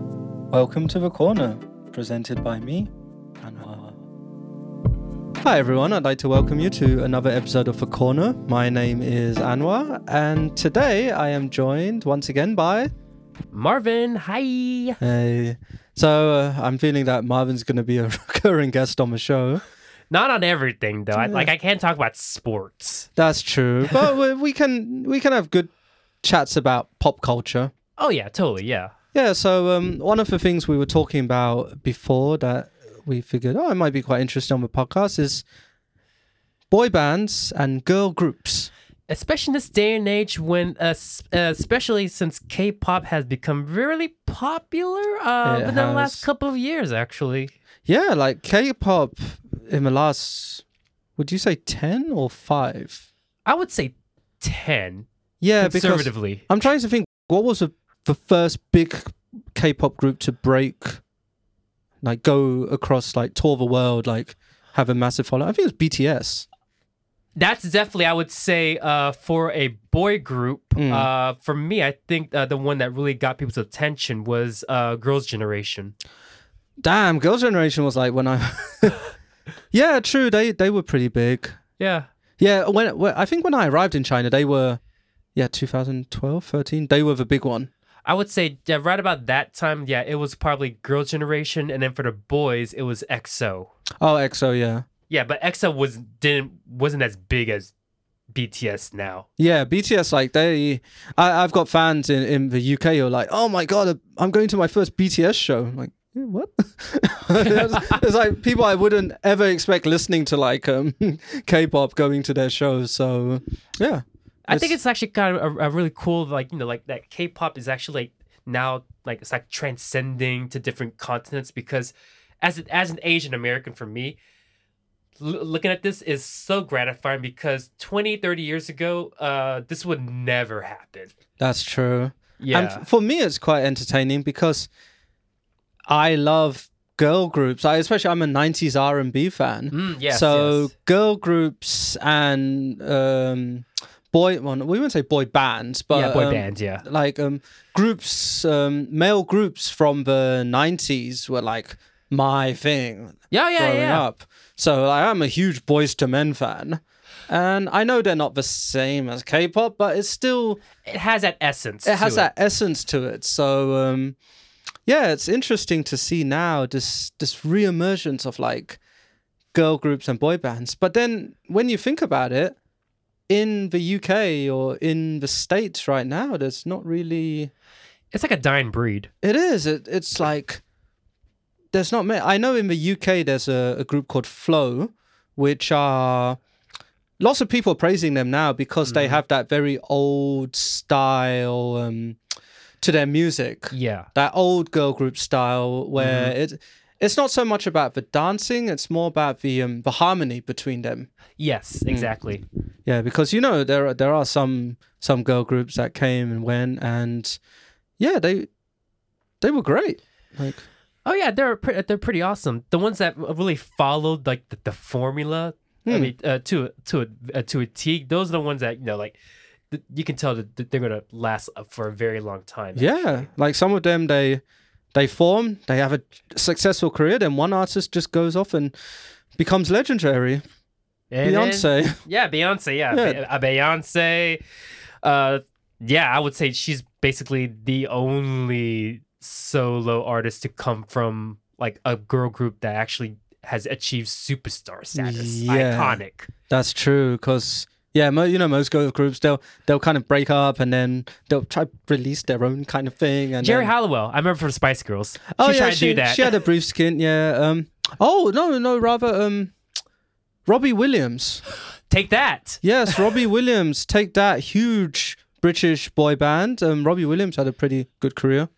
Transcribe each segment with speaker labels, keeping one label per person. Speaker 1: Welcome to The Corner, presented by me, Anwar. Hi, everyone. I'd like to welcome you to another episode of The Corner. My name is Anwar, and today I am joined once again by.
Speaker 2: Marvin, hi.
Speaker 1: Hey. So uh, I'm feeling that Marvin's going to be a recurring guest on the show.
Speaker 2: Not on everything though. I, like I can't talk about sports.
Speaker 1: That's true, but we, we can we can have good chats about pop culture.
Speaker 2: Oh yeah, totally. Yeah.
Speaker 1: Yeah, so um, one of the things we were talking about before that we figured, oh, it might be quite interesting on the podcast is boy bands and girl groups.
Speaker 2: Especially in this day and age when, uh, s- uh, especially since K-pop has become really popular uh,
Speaker 1: It
Speaker 2: within the
Speaker 1: has.
Speaker 2: last couple of years, actually.
Speaker 1: Yeah, like K pop in the last, would you say 10 or 5?
Speaker 2: I would say ten
Speaker 1: Yeah, because
Speaker 2: conservatively.
Speaker 1: I'm trying to think what was the, the first big K pop group to break, like go across, like tour the world, like have a massive following? I think it was BTS.
Speaker 2: That's definitely, I would say, uh, for a boy group.
Speaker 1: Mm.
Speaker 2: Uh, for me, I think uh, the one that really got people's attention was uh, Girls' Generation.
Speaker 1: Damn, Girls' Generation was like when I. yeah, true. They they were pretty big.
Speaker 2: Yeah.
Speaker 1: Yeah, when, when I think when I arrived in China, they were, yeah, 2012, 13. They were the big one.
Speaker 2: I would say yeah, right about that time, yeah, it was probably Girl Generation, and then for the boys, it was EXO.
Speaker 1: Oh, EXO, yeah,
Speaker 2: Yeah, but EXO was didn't wasn't as big as BTS now.
Speaker 1: yeah. BTS, like they, I, I've got fans in, in the UK who are like, oh my god, I'm going to my first BTS show. I'm like, "Eh, what? it's, it's like people I wouldn't ever expect listening to like um, K-pop going to their shows. So yeah,
Speaker 2: I think it's actually kind of a, a really cool, like you know, like that K-pop is actually like now like it's like transcending to different continents because as an, as an Asian American for me, l- looking at this is so gratifying because 20, 30 years ago, uh, this would never happen.
Speaker 1: that's true.
Speaker 2: Yeah.
Speaker 1: And f- for me, it's quite entertaining because I love girl groups. I especially I'm a '90s R&B fan.
Speaker 2: Mm, yes,
Speaker 1: so
Speaker 2: yes.
Speaker 1: girl groups and um, boy, well, we wouldn't say boy bands, but
Speaker 2: yeah, boy
Speaker 1: um,
Speaker 2: band, yeah.
Speaker 1: like um, groups, um, male groups from the '90s were like my thing
Speaker 2: Yeah, yeah,
Speaker 1: growing
Speaker 2: yeah.
Speaker 1: up. So like, I'm a huge Boys to Men fan. And I know they're not the same as K-pop, but it's still
Speaker 2: It has that essence.
Speaker 1: it has
Speaker 2: to
Speaker 1: that essence to it. So um, yeah, it's interesting to see now this this reemergence of like girl groups and boy bands. But then when you think about it, in the UK or in the states right now, there's not really.
Speaker 2: It's like a dying breed.
Speaker 1: It is. It, it's like there's not. ma- I know in the UK there's a, a group called Flow, which are lots of people are praising them now because they have that very old style um, to their music,
Speaker 2: Yeah.
Speaker 1: that old girl group style where it it's not so much about the dancing, it's more about the um, the harmony between them.
Speaker 2: Yes,
Speaker 1: Mm.
Speaker 2: exactly.
Speaker 1: Yeah, because you know there are, there are some some girl groups that came and went, and yeah, they they were great. Like
Speaker 2: Oh yeah, they're pre- they're pretty awesome. The ones that really followed like the, the formula, I
Speaker 1: Hmm.
Speaker 2: mean, uh, to a- to a, uh, to a T. Those are the ones that you know, like th- you can tell that that they're gonna last uh, for a very long time.
Speaker 1: yeah, like some of them they they form, they have a successful career, then one artist just goes off and becomes legendary.
Speaker 2: And then-
Speaker 1: Beyonce.
Speaker 2: yeah, Beyonce. Yeah,
Speaker 1: Yeah.
Speaker 2: Be- uh, Beyonce. Uh, yeah, I would say she's basically the only solo artist to come from like a girl group that actually has achieved superstar status.
Speaker 1: Yeah.
Speaker 2: Iconic.
Speaker 1: That's true, because yeah, mo- you know most girl groups they'll they'll kind of break up and then they'll try to release their own kind of thing. And
Speaker 2: Jerry
Speaker 1: then-
Speaker 2: Halliwell. I remember from Spice Girls. She
Speaker 1: oh
Speaker 2: tried
Speaker 1: yeah,
Speaker 2: to
Speaker 1: she,
Speaker 2: do that.
Speaker 1: she had a brief stint. Yeah. Um. Oh no, no, rather um, Robbie Williams.
Speaker 2: Take that.
Speaker 1: Yes, Robbie Williams. Take that huge British boy band. Um, Robbie Williams had a pretty good career.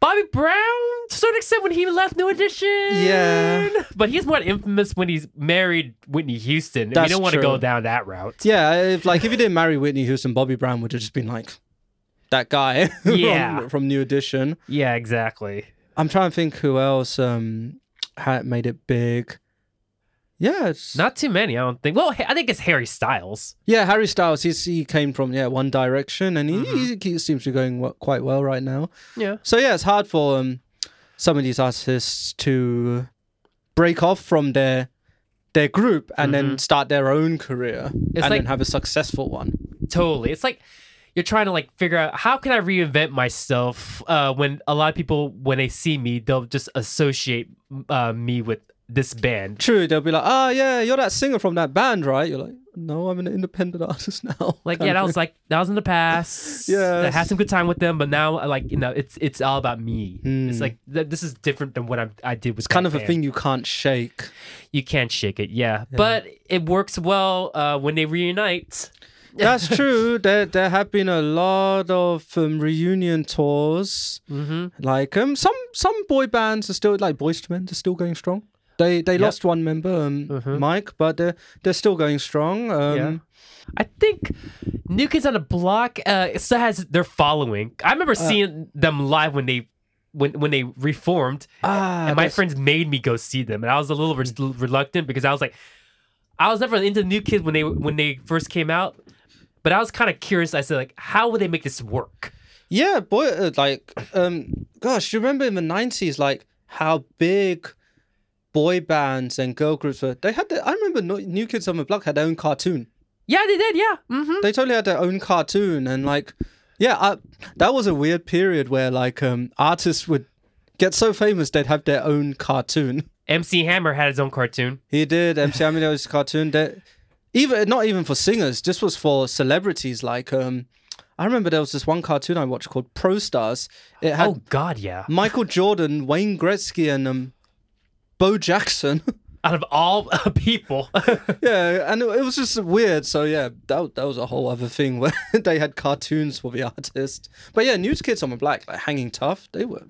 Speaker 2: Bobby Brown, to a certain extent, when he left New Edition.
Speaker 1: Yeah.
Speaker 2: But he's more infamous when he's married Whitney Houston.
Speaker 1: That's
Speaker 2: we don't want to go
Speaker 1: true.
Speaker 2: down that route.
Speaker 1: Yeah, if like if you didn't marry Whitney Houston, Bobby Brown would have just been like that guy from-
Speaker 2: Yeah.
Speaker 1: from, New Edition.
Speaker 2: Yeah, exactly.
Speaker 1: I'm trying to think who else um had made it big. Yeah, it's,
Speaker 2: Not too many, I don't think. Well, I think it's Harry Styles.
Speaker 1: yeah, Harry Styles. He's, he came from yeah One
Speaker 2: Mm-hmm.
Speaker 1: Direction, and he, he, he seems to be going w- quite well right now.
Speaker 2: Yeah.
Speaker 1: So yeah, it's hard for um, some of these artists to break off from their their group and then start their own career and then
Speaker 2: Mm-hmm. like-
Speaker 1: have a successful one.
Speaker 2: totally it's like you're trying to like figure out how can i reinvent myself uh when a lot of people when they see me they'll just associate uh me with this band
Speaker 1: True, they'll be like, "Ah, yeah, you're that singer from that band, right?" You're like, "No, I'm an independent artist now."
Speaker 2: like
Speaker 1: kind
Speaker 2: yeah
Speaker 1: of
Speaker 2: that
Speaker 1: thing.
Speaker 2: was like that was in the past i
Speaker 1: Yes.
Speaker 2: had some good time with them but now I like you know it's it's all about me
Speaker 1: Hmm.
Speaker 2: it's like th- this is different than what i, I did with
Speaker 1: it's kind
Speaker 2: that
Speaker 1: of a
Speaker 2: band.
Speaker 1: thing you can't shake.
Speaker 2: you can't shake it yeah, but it works well uh when they reunite
Speaker 1: That's true. There, there have been a lot of um, reunion tours.
Speaker 2: mm-hmm.
Speaker 1: Like um, some some boy bands are still like Boyz II Men. They're still going strong. They they lost one member, um,
Speaker 2: Mhm.
Speaker 1: Mike, but they're they're still going strong. Um,
Speaker 2: Yeah. I think New Kids on the Block uh, it still has their following. I remember seeing them live when they when when they reformed,
Speaker 1: Ah,
Speaker 2: and my
Speaker 1: that's-
Speaker 2: friends made me go see them, and I was a little re- reluctant because I was like, I was never into New Kids when they when they first came out, but I was kind of curious. I said like, how would they make this work?
Speaker 1: Yeah, boy, uh, like, um, gosh, you remember in the nineties, like how big boy bands and girl groups were. They had, their, I remember No- New Kids on the Block had their own cartoon.
Speaker 2: Yeah, they did. Yeah, mm-hmm.
Speaker 1: They totally had their own cartoon, and like, yeah, I, that was a weird period where like um artists would get so famous they'd have their own cartoon.
Speaker 2: MC Hammer had his own cartoon.
Speaker 1: He did MC Aminé's cartoon. That even not even for singers, this was for celebrities. Like, um, I remember there was this one cartoon I watched called Pro Stars. It had
Speaker 2: Oh God, yeah.
Speaker 1: Michael Jordan, Wayne Gretzky, and um, Bo Jackson.
Speaker 2: Out of all people,
Speaker 1: yeah, and it, it was just weird. So yeah, that that was a whole other thing where they had cartoons for the artist. But yeah, News Kids on the Black, like Hanging Tough, they were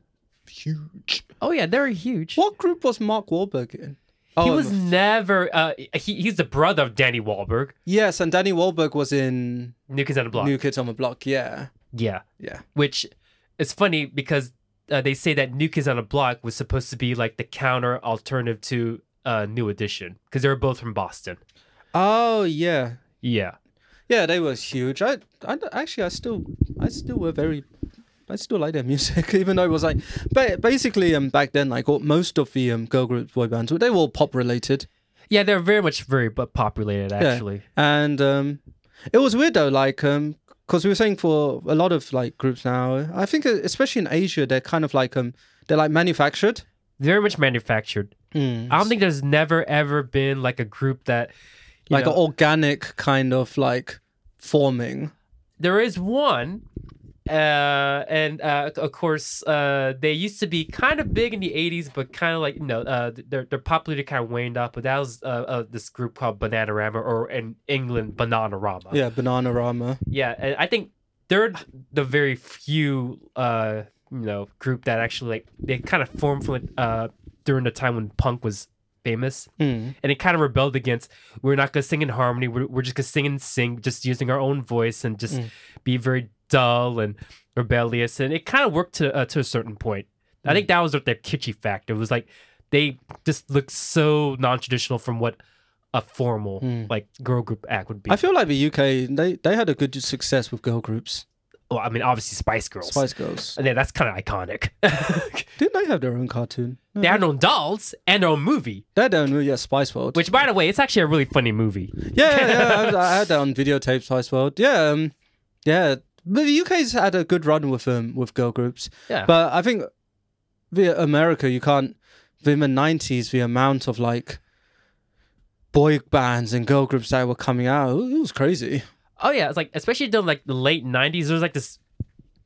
Speaker 1: huge.
Speaker 2: oh yeah, they're huge.
Speaker 1: What group was Mark Wahlberg in?
Speaker 2: He
Speaker 1: Oh,
Speaker 2: was never. Uh, he, he's the brother of Danny Wahlberg.
Speaker 1: yes, and Danny Wahlberg was in
Speaker 2: New Kids on the Block.
Speaker 1: New Kids on the Block. Yeah,
Speaker 2: yeah,
Speaker 1: yeah.
Speaker 2: which is funny because uh, they say that New Kids on the Block was supposed to be like the counter alternative to uh, New Edition because they were both from Boston.
Speaker 1: Oh yeah,
Speaker 2: Yeah,
Speaker 1: yeah. They was huge. I, I actually I still I still were very. I still like their music, even though it was like, ba- basically, um, back then, like all, most of the um girl groups, boy bands, they were all pop related,
Speaker 2: yeah, they're very much very bu- pop related actually.
Speaker 1: and um, it was weird though, like um, because we were saying for a lot of like groups now, I think uh, especially in Asia, they're kind of like um, they're like manufactured.
Speaker 2: Very much manufactured. I don't think there's never ever been like a group that you
Speaker 1: like
Speaker 2: know-
Speaker 1: an organic kind of like forming.
Speaker 2: there is one uh and uh of course uh they used to be kind of big in the 80s but kind of like you know uh their, their popularity kind of waned up but that was uh, uh this group called bananarama or in england bananarama
Speaker 1: Yeah, Bananarama.
Speaker 2: yeah and i think they're the very few uh you know group that actually like they kind of formed from uh during the time when punk was famous
Speaker 1: Mm.
Speaker 2: and it kind of rebelled against we're not gonna sing in harmony we're, we're just gonna sing and sing just using our own voice and just
Speaker 1: Mm.
Speaker 2: be very dull and rebellious and it kind of worked to uh, to a certain point i
Speaker 1: Mm.
Speaker 2: think that was their kitschy factor it was like they just looked so non-traditional from what a formal
Speaker 1: Mm.
Speaker 2: like girl group act would be
Speaker 1: I feel like the UK they they had a good success with girl groups.
Speaker 2: well, i mean obviously spice girls
Speaker 1: Spice Girls.
Speaker 2: and yeah, that's kind of iconic
Speaker 1: Didn't they have their own cartoon? No,
Speaker 2: they had their own dolls and their own movie
Speaker 1: they had their own, yeah, Spice World.
Speaker 2: which by the way it's actually a really funny movie
Speaker 1: yeah, yeah, I, I had that on videotape, Spice World. Yeah, um, yeah. But the UK's had a good run with um with girl groups.
Speaker 2: Yeah.
Speaker 1: But I think via America, you can't. In the nineties, the amount of like boy bands and girl groups that were coming out, it was crazy.
Speaker 2: Oh yeah, it's like especially during like the late '90s. There was like this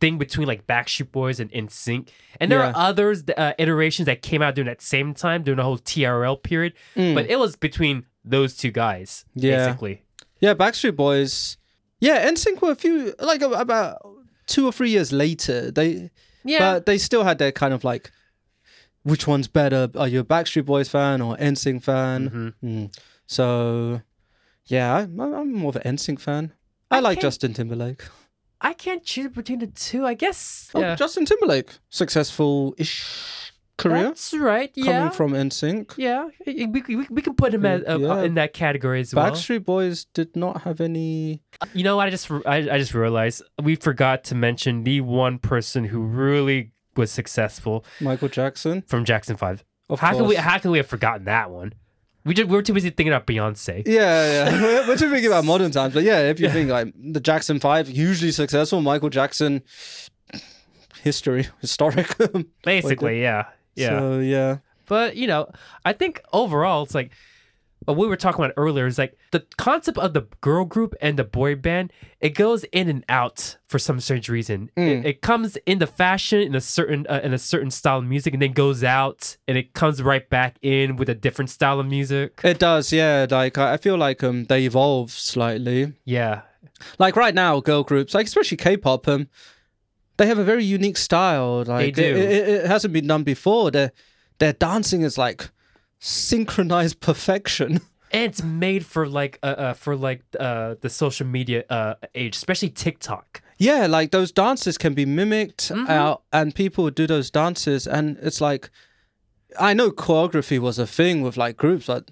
Speaker 2: thing between like Backstreet Boys and NSYNC, and there
Speaker 1: Yeah.
Speaker 2: are others uh, iterations that came out during that same time during the whole TRL period. But it was between those two guys,
Speaker 1: Mm. Yeah.
Speaker 2: basically.
Speaker 1: Yeah, Backstreet Boys. Yeah, NSYNC were a few like a- about two or three years later. They
Speaker 2: Yeah,
Speaker 1: But they still had that kind of like, which one's better? Are you a Backstreet Boys fan or NSYNC fan?
Speaker 2: Mm-hmm.
Speaker 1: Mm. So, yeah, I, I'm I'm more of an NSYNC fan. I,
Speaker 2: I
Speaker 1: like
Speaker 2: think-
Speaker 1: Justin Timberlake.
Speaker 2: I can't choose between the two. I guess.
Speaker 1: Oh,
Speaker 2: yeah.
Speaker 1: Justin Timberlake, successful ish career
Speaker 2: That's right. Yeah.
Speaker 1: coming from NSYNC.
Speaker 2: yeah, we, we, we can put him as, uh,
Speaker 1: Yeah.
Speaker 2: in that category as well.
Speaker 1: Backstreet Boys did not have any.
Speaker 2: You know, what? I just I, I just realized we forgot to mention the one person who really was successful
Speaker 1: Michael Jackson.
Speaker 2: from Jackson Five.
Speaker 1: Of
Speaker 2: how
Speaker 1: course.
Speaker 2: could we? How could we have forgotten that one? We just we were too busy thinking about Beyonce.
Speaker 1: Yeah, yeah. We're- We're just thinking about modern times, but yeah, if you think like the Jackson Five, hugely successful, Michael Jackson, history, historic.
Speaker 2: Basically, yeah, yeah.
Speaker 1: So yeah,
Speaker 2: But you know, I think overall, it's like what we were talking about earlier is like the concept of the girl group and the boy band. It goes in and out for some strange reason.
Speaker 1: Mm.
Speaker 2: It, it comes into fashion in a certain uh, in a certain style of music, and then goes out, and it comes right back in with a different style of music.
Speaker 1: it does. Yeah, like I I feel like um they evolve slightly.
Speaker 2: Yeah,
Speaker 1: Like right now, girl groups, like especially K-pop, um, they have a very unique style. Like
Speaker 2: do.
Speaker 1: It, it, it hasn't been done before. Their their dancing is like synchronized perfection.
Speaker 2: and it's made for like uh, uh for like uh the social media uh age, especially TikTok.
Speaker 1: Yeah, like those dances can be mimicked out, and people do those dances, and it's like, I know choreography was a thing with like groups, but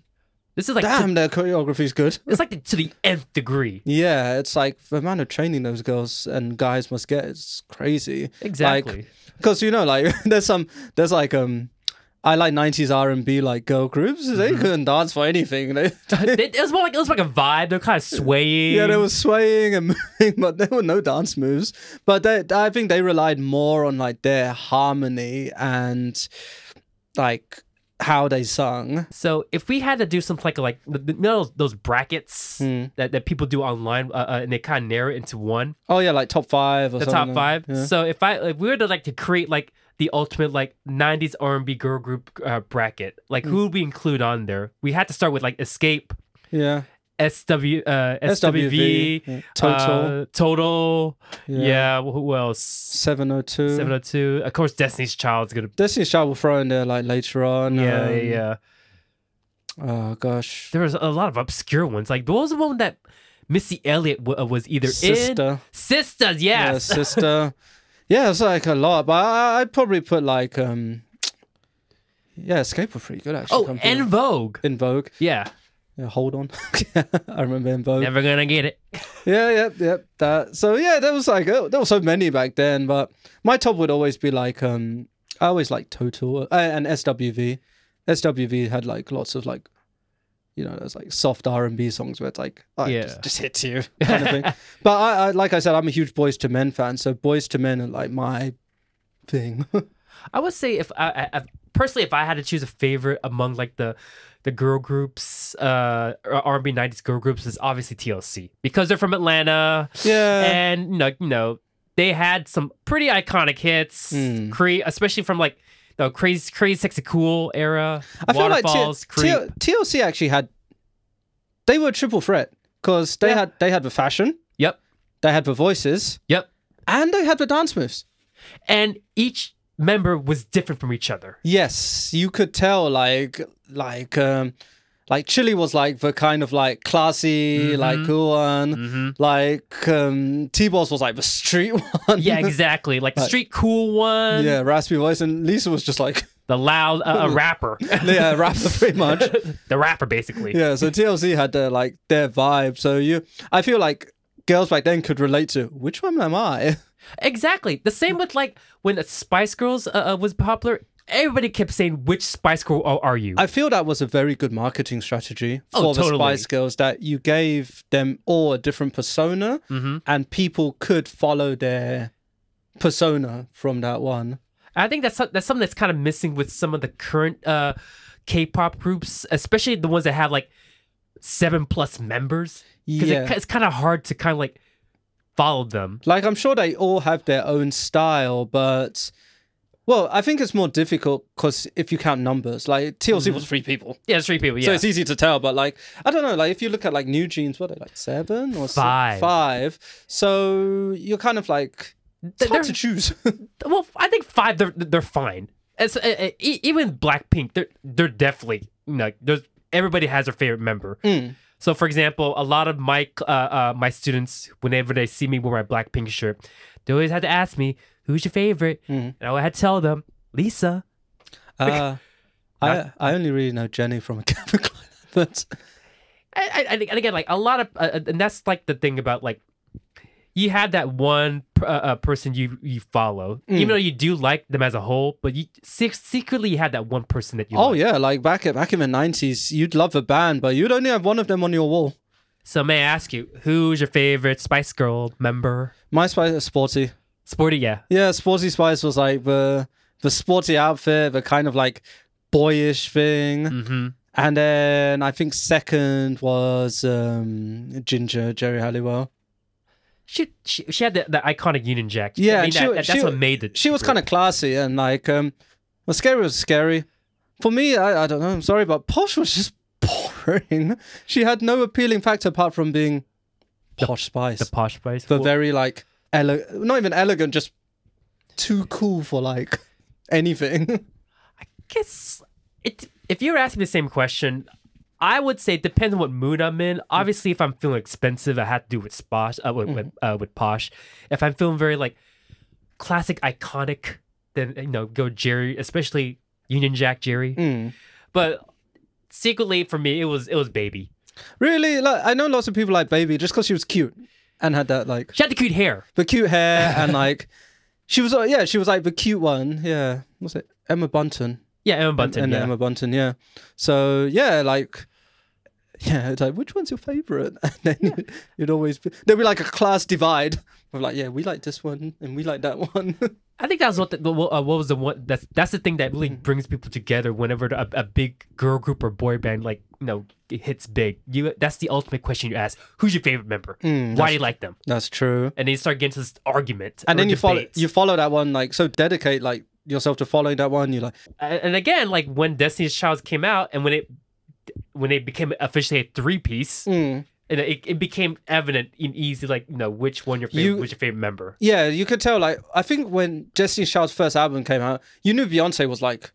Speaker 2: This is like to-
Speaker 1: damn, their choreography's good.
Speaker 2: it's like the, to the nth degree.
Speaker 1: Yeah, it's like the amount of training those girls and guys must get is crazy.
Speaker 2: Exactly.
Speaker 1: because you know, like there's some, there's like um. I like '90s R&B like girl groups. They
Speaker 2: Mm-hmm.
Speaker 1: couldn't dance for anything. They,
Speaker 2: it, it was more like it was like a vibe. They're kind of swaying.
Speaker 1: yeah, they were swaying and moving, but there were no dance moves. But they, I think they relied more on like their harmony and like how they sung.
Speaker 2: So if we had to do something like like you know those, those brackets
Speaker 1: Hmm.
Speaker 2: that, that people do online uh, uh, and they kind of narrow it into one
Speaker 1: Oh yeah, like top five or
Speaker 2: the
Speaker 1: something.
Speaker 2: top five.
Speaker 1: Yeah.
Speaker 2: So if I if we were to like to create like the ultimate like '90s R&B girl group uh, bracket, like
Speaker 1: Hmm.
Speaker 2: who would we include on there? We had to start with like Escape,
Speaker 1: yeah.
Speaker 2: SW, uh, SWV,
Speaker 1: SWV, yeah. Total.
Speaker 2: uh, Total,
Speaker 1: Yeah.
Speaker 2: yeah. Who else?
Speaker 1: 702.
Speaker 2: Seven hundred two. Of course, Destiny's Child's gonna.
Speaker 1: Destiny's Child will throw in there like later on.
Speaker 2: Yeah,
Speaker 1: um,
Speaker 2: yeah, yeah.
Speaker 1: Oh gosh.
Speaker 2: There was a lot of obscure ones. Like there was the one that Missy Elliott w- uh, was either in
Speaker 1: Sister.
Speaker 2: Sisters.
Speaker 1: Yeah,
Speaker 2: Yes.
Speaker 1: sister. yeah, it's like a lot, but I, I'd probably put like um. Yeah, Escape were pretty good actually.
Speaker 2: oh,
Speaker 1: come to-
Speaker 2: and Vogue.
Speaker 1: in Vogue.
Speaker 2: Yeah.
Speaker 1: Yeah, hold on. I remember in Vogue.
Speaker 2: Never gonna get it.
Speaker 1: Yeah, yep, yep. That. So yeah, there was like oh, there were so many back then, but my top would always be like um I always like Total uh, and SWV. SWV had like lots of like you know, there's like soft R and B songs where it's like I
Speaker 2: Yeah.
Speaker 1: just, just hits you kind of thing. but I, I like I said, I'm a huge Boys to Men fan, so Boys to Men are like my thing.
Speaker 2: I would say if I, I, I personally, if I had to choose a favorite among like the the girl groups, uh, R and B nineties girl groups, is obviously TLC because they're from Atlanta,
Speaker 1: yeah.
Speaker 2: and you know, you know, they had some pretty iconic hits,
Speaker 1: Mm.
Speaker 2: Cre- especially from like the crazy, crazy, sexy, cool era.
Speaker 1: I feel like T-
Speaker 2: Waterfalls,
Speaker 1: T-
Speaker 2: Creep.
Speaker 1: TLC actually had they were a triple threat because they
Speaker 2: Yeah.
Speaker 1: had they had the fashion,
Speaker 2: yep,
Speaker 1: they had the voices,
Speaker 2: yep.
Speaker 1: and they had the dance moves.
Speaker 2: and each member was different from each other.
Speaker 1: Yes, you could tell like like um like Chile was like the kind of like classy, like cool one. Like um T Boss was like the street one.
Speaker 2: Yeah, exactly. Like the street cool one,
Speaker 1: yeah, raspy voice and Lisa was just like
Speaker 2: the loud uh, a rapper,
Speaker 1: yeah, rapper pretty much.
Speaker 2: the rapper basically.
Speaker 1: Yeah, so TLC had their like their vibe. So you I feel like girls back then could relate to which one am I?
Speaker 2: Exactly. The same with like when Spice Girls uh, uh, was popular. Everybody kept saying, "Which Spice Girl are are you?"
Speaker 1: I feel that was a very good marketing strategy for
Speaker 2: Oh,
Speaker 1: the
Speaker 2: totally.
Speaker 1: Spice Girls that you gave them all a different persona
Speaker 2: Mm-hmm.
Speaker 1: and people could follow their persona from that one.
Speaker 2: I think that's some- that's something that's kind of missing with some of the current uh, K-pop groups, especially the ones that have like seven plus members. Because
Speaker 1: Yeah.
Speaker 2: it's kind of hard to kind of like follow them.
Speaker 1: Like I'm sure they all have their own style, but well, I think it's more difficult because if you count numbers, like TLC was three people,
Speaker 2: Yeah, street people. Mm-hmm. Yeah,
Speaker 1: so it's easy to tell. But like, I don't know, like if you look at like New Jeans, what are they like seven or si-
Speaker 2: Five.
Speaker 1: five? So you're kind of like it's
Speaker 2: Th-
Speaker 1: hard
Speaker 2: they're-
Speaker 1: to choose.
Speaker 2: Well, I think five. They're they're fine. It's, uh, uh, e- even Blackpink, they're they're definitely you know, there's everybody has their favorite member. So, for example, a lot of my c- uh, uh, my students, whenever they see me wear my Blackpink shirt, they always had to ask me, "Who's your favorite?" And I had to tell them, "Lisa."
Speaker 1: Uh, I I only really know Jenny from a Calvin Klein, but
Speaker 2: I, I, and again, like a lot of, uh, uh, and that's like the thing about like you have that one per- uh, uh, person you you follow,
Speaker 1: Mm.
Speaker 2: even though you do like them as a whole, but you sec- secretly you have that one person that you.
Speaker 1: oh
Speaker 2: like.
Speaker 1: yeah, like back at back in the nineties, you'd love a band, but you'd only have one of them on your wall.
Speaker 2: So may I ask you, who's your favorite Spice Girl member?
Speaker 1: My Spice is sporty.
Speaker 2: Sporty, yeah.
Speaker 1: Yeah, Sporty Spice was like the the sporty outfit, the kind of like boyish thing.
Speaker 2: Mm-hmm.
Speaker 1: And then I think second was um, Ginger Jerry Halliwell.
Speaker 2: She, she she had that, that iconic Union Jack.
Speaker 1: Yeah,
Speaker 2: I mean,
Speaker 1: she
Speaker 2: that,
Speaker 1: wa-
Speaker 2: that-
Speaker 1: she
Speaker 2: that's
Speaker 1: wa-
Speaker 2: what made it.
Speaker 1: She was kind of classy and like um, well, scary was scary. For me, I, I don't know. I'm sorry, but Posh was just boring. She had no appealing factor apart from being Posh Spice,
Speaker 2: the
Speaker 1: the,
Speaker 2: posh Spice.
Speaker 1: very like ele- not even elegant, just too cool for like anything.
Speaker 2: guess it. If you were asking the same question, I would say it depends on what mood I'm in. Obviously, if I'm feeling expensive, I had to do with posh. Uh, with
Speaker 1: Mm-hmm.
Speaker 2: with, uh, with posh. If I'm feeling very like classic, iconic, then you know go Jerry, especially Union Jack Jerry.
Speaker 1: Mm.
Speaker 2: But secretly, for me, it was it was baby.
Speaker 1: Really, like, I know lots of people like Baby just because she was cute and had that like
Speaker 2: She had the cute hair.
Speaker 1: the cute hair and like she was uh, yeah she was like the cute one yeah what's it Emma Bunton
Speaker 2: Yeah, Emma Bunton.
Speaker 1: and
Speaker 2: yeah.
Speaker 1: Emma Bunton yeah so yeah like yeah it's like which one's your favorite and then you'd always be, there'd be like a class divide of like yeah we like this one and we like that one
Speaker 2: I think that's what the, the what, uh, what was the one that's that's the thing that really
Speaker 1: Mm-hmm.
Speaker 2: brings people together whenever a, a big girl group or boy band like you know it hits big. You that's the ultimate question you ask: Who's your favorite member? Why do you like them?
Speaker 1: Mm, that's true
Speaker 2: And then you start getting to this argument.
Speaker 1: and
Speaker 2: or
Speaker 1: then you follow
Speaker 2: debate.
Speaker 1: you follow that one like so dedicate like yourself to following that one you're like
Speaker 2: And and again, like when Destiny's Child came out, and when it when it became officially a three piece,
Speaker 1: mm.
Speaker 2: and it, it became evident and easy, like you know which one your favorite,
Speaker 1: You-
Speaker 2: which your favorite member.
Speaker 1: Yeah, you could tell. Like, I think when Destiny's Child's first album came out, you knew Beyonce was like,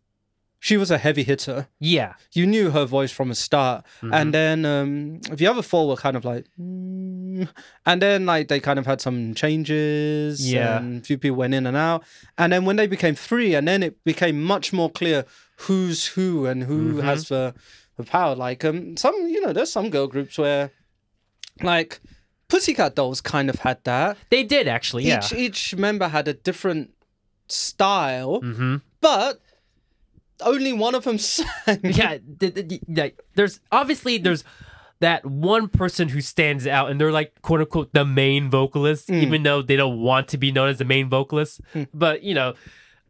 Speaker 1: she was a heavy hitter.
Speaker 2: Yeah,
Speaker 1: You knew her voice from the start,
Speaker 2: Mm-hmm.
Speaker 1: and then um, the other four were kind of like, mm. and then like they kind of had some changes.
Speaker 2: Yeah.
Speaker 1: and a few people went in and out, and then when they became three, and then it became much more clear who's who and who
Speaker 2: Mm-hmm.
Speaker 1: has the, the power. Like, um, some you know, there's some girl groups where, like, Pussycat Dolls kind of had that
Speaker 2: they did actually. Yeah.
Speaker 1: each each member had a different style,
Speaker 2: mm-hmm.
Speaker 1: but only one of them sang.
Speaker 2: yeah, th- th- th- like there's obviously there's that one person who stands out and they're like quote unquote the main vocalist even though they don't want to be known as the main vocalist but you know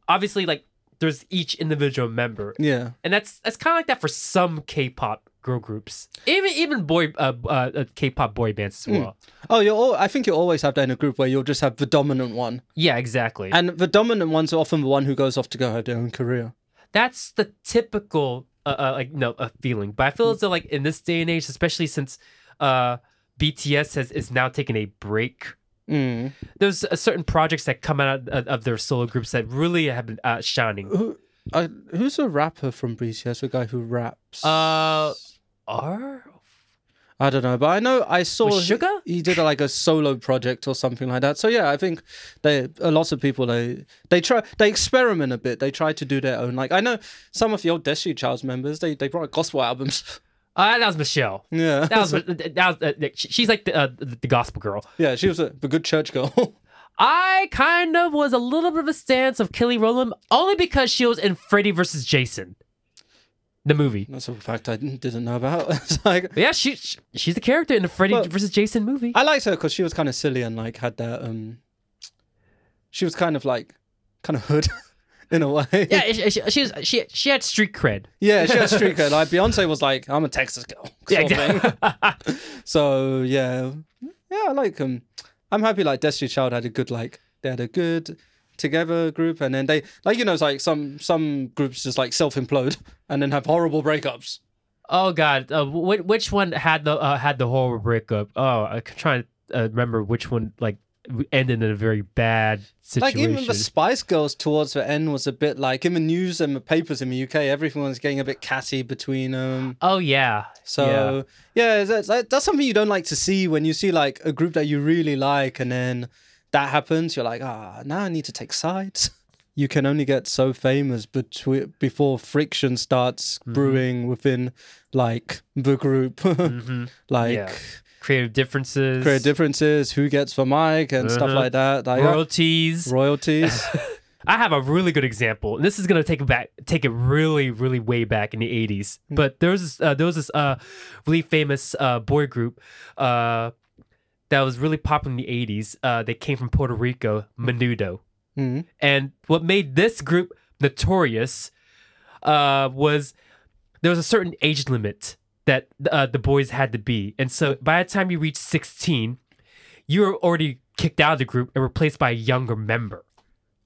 Speaker 2: obviously like there's each individual member
Speaker 1: Yeah.
Speaker 2: and that's that's kind of like that for some k-pop girl groups even even boy uh, uh, uh k-pop boy bands as well
Speaker 1: Oh, you're. All, I think you always have that in a group where you'll just have the dominant one,
Speaker 2: yeah exactly
Speaker 1: and the dominant one's often the one who goes off to go have their own career.
Speaker 2: that's the typical uh, uh like no uh, feeling but i feel as though like in this day and age especially since uh bts has is now taking a break Hmm.
Speaker 1: Mm.
Speaker 2: there's a certain projects that come out of, of their solo groups that really have been uh, shining.
Speaker 1: Who, I, who's a rapper from BTS? The guy who raps.
Speaker 2: Uh, are
Speaker 1: I don't know, but I know I saw
Speaker 2: With Sugar?
Speaker 1: He, he did like a solo project or something like that. So yeah, I think they a lot of people they they try they experiment a bit. They try to do their own. Like I know some of the old Destiny Child's members they they brought gospel albums.
Speaker 2: uh, that was Michelle.
Speaker 1: yeah,
Speaker 2: That was that was uh, she- she's like the, uh, the the gospel girl.
Speaker 1: yeah. She was a, a good church girl.
Speaker 2: I kind of was a little bit of a stance of Kelly Rowland only because she was in Freddy versus Jason, the movie.
Speaker 1: That's a fact I didn't didn't know about. it's like
Speaker 2: But yeah, she she- she's a character in the Freddy
Speaker 1: Well,
Speaker 2: versus Jason movie.
Speaker 1: I liked her because she was kind of silly and like had that um. She was kind of like kind of hood. In a way,
Speaker 2: yeah, she, she, she, was, she she had street cred.
Speaker 1: yeah, she had street cred. Like Beyonce was like, "I'm a Texas girl,"
Speaker 2: Yeah,
Speaker 1: sort of thing.
Speaker 2: exactly.
Speaker 1: So yeah, yeah, I like them. I'm happy. Like Destiny Child had a good like they had a good together group, and then they like you know it's like some some groups just like self implode and then have horrible breakups.
Speaker 2: Oh God, uh, wh- which one had the uh, had the horrible breakup? Oh, I'm trying to uh, remember which one like w- ended in a very bad
Speaker 1: Like
Speaker 2: situation.
Speaker 1: even the Spice Girls towards the end was a bit like in the news and the papers in the UK, everyone was getting a bit catty between um, them.
Speaker 2: oh yeah,
Speaker 1: So yeah, that's, that- that's something you don't like to see when you see like a group that you really like, and then that happens. You're like, ah, now I need to take sides. You can only get so famous between before friction
Speaker 2: Mm-hmm.
Speaker 1: starts brewing within like the group.
Speaker 2: hmm
Speaker 1: like
Speaker 2: Yeah. creative differences,
Speaker 1: Create differences, who gets the mic and stuff
Speaker 2: Uh-huh.
Speaker 1: like that. Like that.
Speaker 2: royalties.
Speaker 1: royalties.
Speaker 2: I have a really good example, and this is gonna take it back, take it really, really way back in the '80s.
Speaker 1: Hmm.
Speaker 2: But there was this, uh, there was this uh, really famous uh, boy group uh, that was really popular in the '80s. Uh, they came from Puerto Rico, Menudo,
Speaker 1: Mhm.
Speaker 2: and what made this group notorious uh, was there was a certain age limit that uh, the boys had to be, and so by the time you reached 16, you were already kicked out of the group and replaced by a younger member.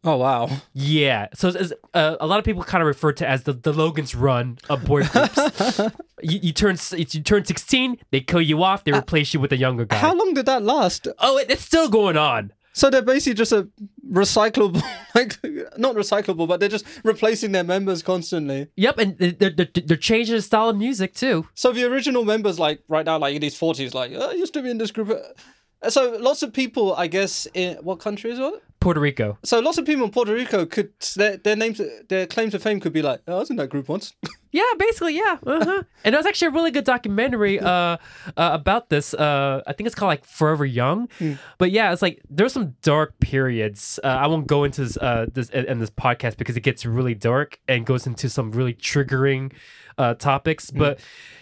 Speaker 1: Oh wow.
Speaker 2: Yeah. So it's- it's, uh, a lot of people kind of refer to as the, the Logan's Run of boy groups. you, you turn s- you turn sixteen, they kill you off, they replace you with a younger guy.
Speaker 1: How long did that last?
Speaker 2: oh, it, it's still going on.
Speaker 1: So they're basically just a recyclable, like not recyclable, but they're just replacing their members constantly.
Speaker 2: Yep, and they're, they're, they're changing the style of music too.
Speaker 1: So the original members, like right now, like in his forties, like "Oh, I used to be in this group. Uh, So lots of people, I guess, in what country is it?
Speaker 2: Puerto Rico.
Speaker 1: So lots of people in Puerto Rico could their, their names, their claim to fame could be like, "Oh, I was in that group once.
Speaker 2: Yeah, basically, yeah. Uh-huh. and there was actually a really good documentary uh, uh, about this. Uh, I think it's called like Forever Young. But yeah, it's like there's some dark periods. Uh, I won't go into this, uh, this in in this podcast because it gets really dark and goes into some really triggering uh, topics. But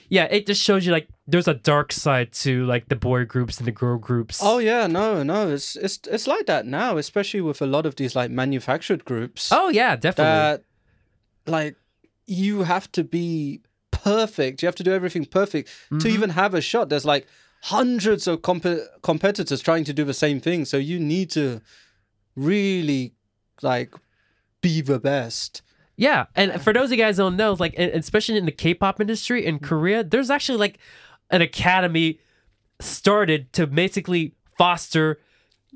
Speaker 2: yeah, it just shows you like there's a dark side to like the boy groups and the girl groups.
Speaker 1: Oh yeah, no, no, it's it's it's like that now, especially with a lot of these like manufactured groups.
Speaker 2: oh yeah, definitely.
Speaker 1: that like you have to be perfect you have to do everything perfect
Speaker 2: Mm-hmm.
Speaker 1: to even have a shot there's like hundreds of comp- competitors trying to do the same thing so you need to really like be the best
Speaker 2: Yeah, and for those of you guys who don't know, like and- especially in the K-pop industry in Korea, there's actually like an academy started to basically foster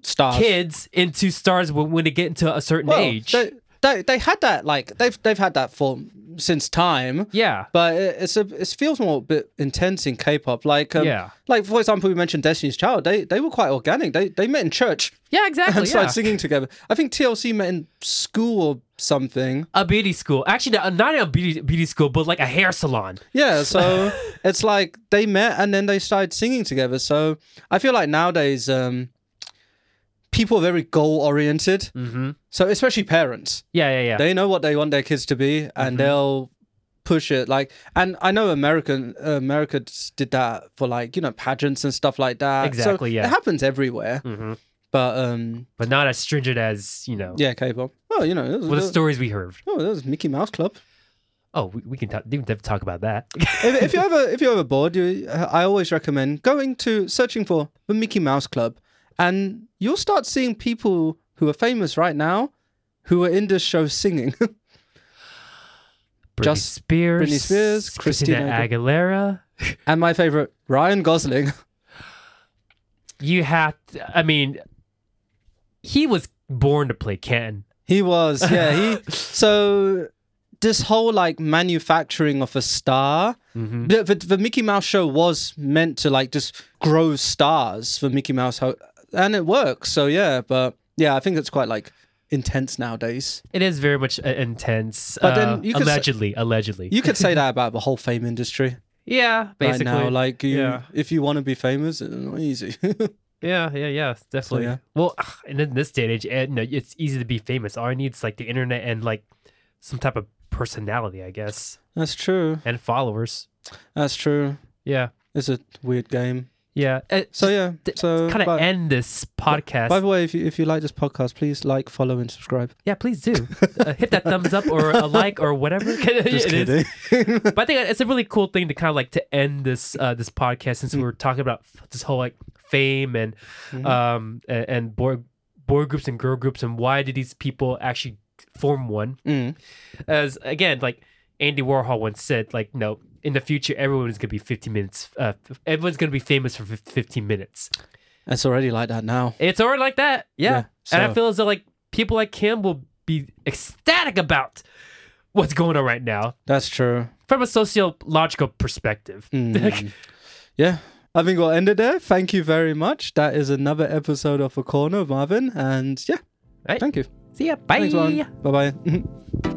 Speaker 1: stars
Speaker 2: kids into stars when, when they get into a certain
Speaker 1: Well,
Speaker 2: age.
Speaker 1: They, they, they had that like they've they've had that for since time
Speaker 2: yeah,
Speaker 1: but it, it's a it feels more a bit intense in k-pop like um,
Speaker 2: Yeah.
Speaker 1: like for example we mentioned destiny's child they they were quite organic they they met in church
Speaker 2: yeah, exactly.
Speaker 1: and started
Speaker 2: Yeah.
Speaker 1: singing together. I think TLC met in school or something.
Speaker 2: A beauty school, actually, no, not a beauty beauty school, but like a hair salon.
Speaker 1: Yeah, so it's like they met and then they started singing together. So I feel like nowadays um, people are very goal oriented.
Speaker 2: Mm-hmm.
Speaker 1: So especially parents,
Speaker 2: Yeah, yeah, Mm-hmm. yeah.
Speaker 1: they know what they want their kids to be and they'll push it like and i know american uh, america did that for like you know pageants and stuff like that So
Speaker 2: Exactly, yeah.
Speaker 1: it happens everywhere
Speaker 2: hmm
Speaker 1: but um
Speaker 2: But not as stringent as you know.
Speaker 1: yeah k-pop oh you know it was,
Speaker 2: What the stories we heard.
Speaker 1: oh, it was mickey mouse club
Speaker 2: Oh, we, we can talk, we can talk about that.
Speaker 1: if, if you're ever if you're ever bored, you, I always recommend going to searching for the Mickey Mouse Club, and you'll start seeing people who are famous right now, who are in this show singing.
Speaker 2: Britney
Speaker 1: Just
Speaker 2: Spears,
Speaker 1: Britney Spears,
Speaker 2: Christina
Speaker 1: Christina Agu-
Speaker 2: Aguilera.
Speaker 1: and my favorite, Ryan Gosling.
Speaker 2: you have to, i mean he was born to play ken
Speaker 1: He was yeah he so. This whole like manufacturing of a star,
Speaker 2: Mhm.
Speaker 1: the, the, the Mickey Mouse show was meant to like just grow stars for Mickey Mouse, ho- and it works. So yeah, but yeah, I think it's quite like intense nowadays.
Speaker 2: it is very much uh, intense
Speaker 1: But then
Speaker 2: uh,
Speaker 1: you could s-
Speaker 2: allegedly allegedly
Speaker 1: You could say that about the whole fame industry
Speaker 2: yeah basically
Speaker 1: right now. Like, you,
Speaker 2: yeah.
Speaker 1: if you want to be famous, it's not easy.
Speaker 2: yeah yeah yeah definitely
Speaker 1: yeah.
Speaker 2: well ugh, and in this day and age and, no, it's easy to be famous all i need is like the internet and like some type of personality i guess
Speaker 1: That's true.
Speaker 2: and followers
Speaker 1: That's true.
Speaker 2: yeah
Speaker 1: It's a weird game.
Speaker 2: yeah
Speaker 1: So yeah. So
Speaker 2: kind of
Speaker 1: by,
Speaker 2: end this podcast
Speaker 1: by the way, if you if you like this podcast, please like, follow, and subscribe.
Speaker 2: yeah please do uh, hit that thumbs up or a like or whatever it is.
Speaker 1: Just kidding.
Speaker 2: but I think it's a really cool thing to kind of like to end this uh, this podcast since we were talking about f- this whole like fame and
Speaker 1: Mm-hmm.
Speaker 2: um and, and boy boy groups and girl groups and why did these people actually form one?
Speaker 1: Mm.
Speaker 2: As again, like Andy Warhol once said, like no, in the future everyone is gonna be 15 minutes. Uh, f- everyone's gonna be famous for fif- 15 minutes.
Speaker 1: It's already like that now.
Speaker 2: It's already like that, yeah.
Speaker 1: Yeah,
Speaker 2: And I
Speaker 1: so-
Speaker 2: feel as though like people like him will be ecstatic about what's going on right now
Speaker 1: That's true.
Speaker 2: from a sociological perspective.
Speaker 1: Mm. yeah. I think we'll end it there. Thank you very much. That is another episode of A Corner, Marvin. And yeah,
Speaker 2: Right.
Speaker 1: thank you.
Speaker 2: See ya. Bye.
Speaker 1: Thanks, Marvin. Bye bye.